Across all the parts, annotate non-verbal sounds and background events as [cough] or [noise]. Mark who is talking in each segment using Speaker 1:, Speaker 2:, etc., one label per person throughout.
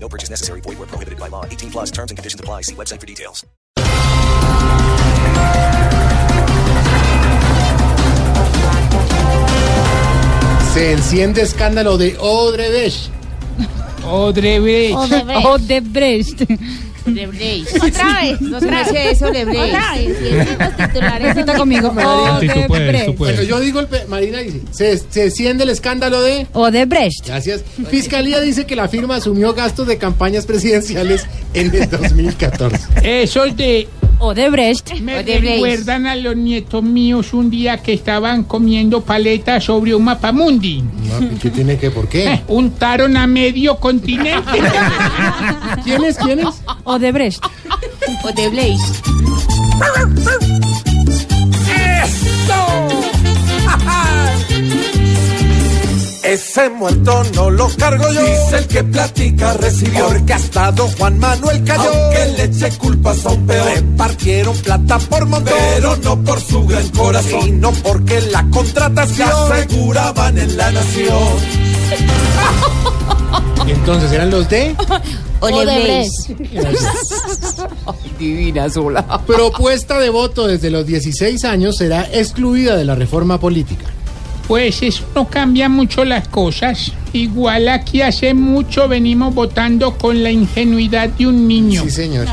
Speaker 1: No purchase necessary. Void where prohibited by law. 18 plus terms and conditions apply. See website for details.
Speaker 2: Se enciende escándalo de Odebrecht.
Speaker 3: Odebrecht.
Speaker 4: Odebrecht.
Speaker 3: Odebrecht.
Speaker 4: Otra vez. Otra vez. Otra vez. Y estos titulares
Speaker 3: Repita [laughs]
Speaker 4: son-
Speaker 3: conmigo.
Speaker 2: Santi,
Speaker 3: Odebrecht.
Speaker 2: Bueno, yo digo, el pe- Marina dice, se, se enciende el escándalo de...
Speaker 3: Odebrecht.
Speaker 2: Gracias. Fiscalía dice que la firma asumió gastos de campañas presidenciales en el 2014.
Speaker 5: Esos de
Speaker 3: Odebrecht.
Speaker 5: me
Speaker 4: Odebrecht.
Speaker 5: recuerdan a los nietos míos un día que estaban comiendo paletas sobre un mapamundi.
Speaker 2: No, ¿y ¿Qué tiene que? ¿Por qué?
Speaker 5: Eh, untaron a medio continente.
Speaker 2: ¿Quiénes? ¿Quiénes?
Speaker 3: Odebrecht.
Speaker 6: Ese muerto no lo cargo yo. Dice el que platica recibió. Porque estado Juan Manuel cayó. Aunque le eche culpas a un peor. Repartieron plata por montón. Pero no por su gran corazón. Sino porque la contratación. La aseguraban en la nación.
Speaker 2: Y entonces eran los de
Speaker 4: Odebrecht.
Speaker 2: propuesta de voto desde los 16 años será excluida de la reforma política.
Speaker 5: Pues eso no cambia mucho las cosas. Igual aquí hace mucho venimos votando con la ingenuidad de un niño.
Speaker 2: Sí, señor.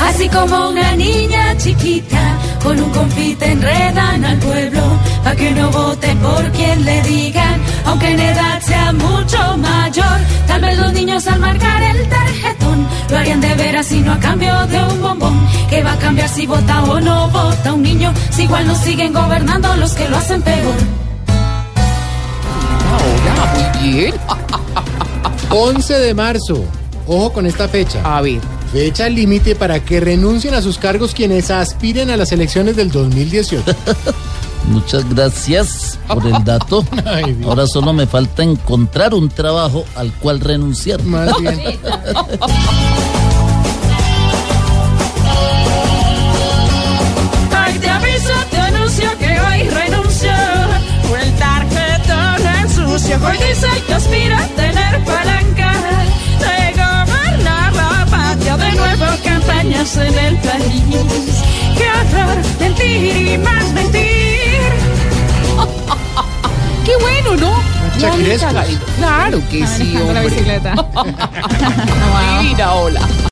Speaker 7: Así como una niña chiquita con un confite enredan al pueblo pa que no vote por quien le digan, aunque en edad sea mucho mayor. Tal vez los niños al marcar el tarjetón lo harían de veras y no a cambio de un bombón. Que va a cambiar si vota o no vota un niño? Si igual nos siguen gobernando los que lo hacen peor.
Speaker 2: 11 de marzo. Ojo con esta fecha. A ver. Fecha límite para que renuncien a sus cargos quienes aspiren a las elecciones
Speaker 4: [laughs]
Speaker 2: del 2018.
Speaker 8: Muchas gracias por el dato.
Speaker 2: [laughs] Ay, Dios.
Speaker 8: Ahora solo me falta encontrar un trabajo al cual renunciar.
Speaker 2: Más bien.
Speaker 7: Ay, te aviso, te anuncio que hoy renuncio por el tarjetón en sucio. Hoy dice que aspira a tener palanca de gobernar la patria. De nuevo campañas en el país. Qué horror, mentir y más mentir.
Speaker 4: [laughs] Qué bueno, ¿no? [laughs]
Speaker 2: Chaquirescos.
Speaker 4: ah. Claro que sí, hombre. Divina ola.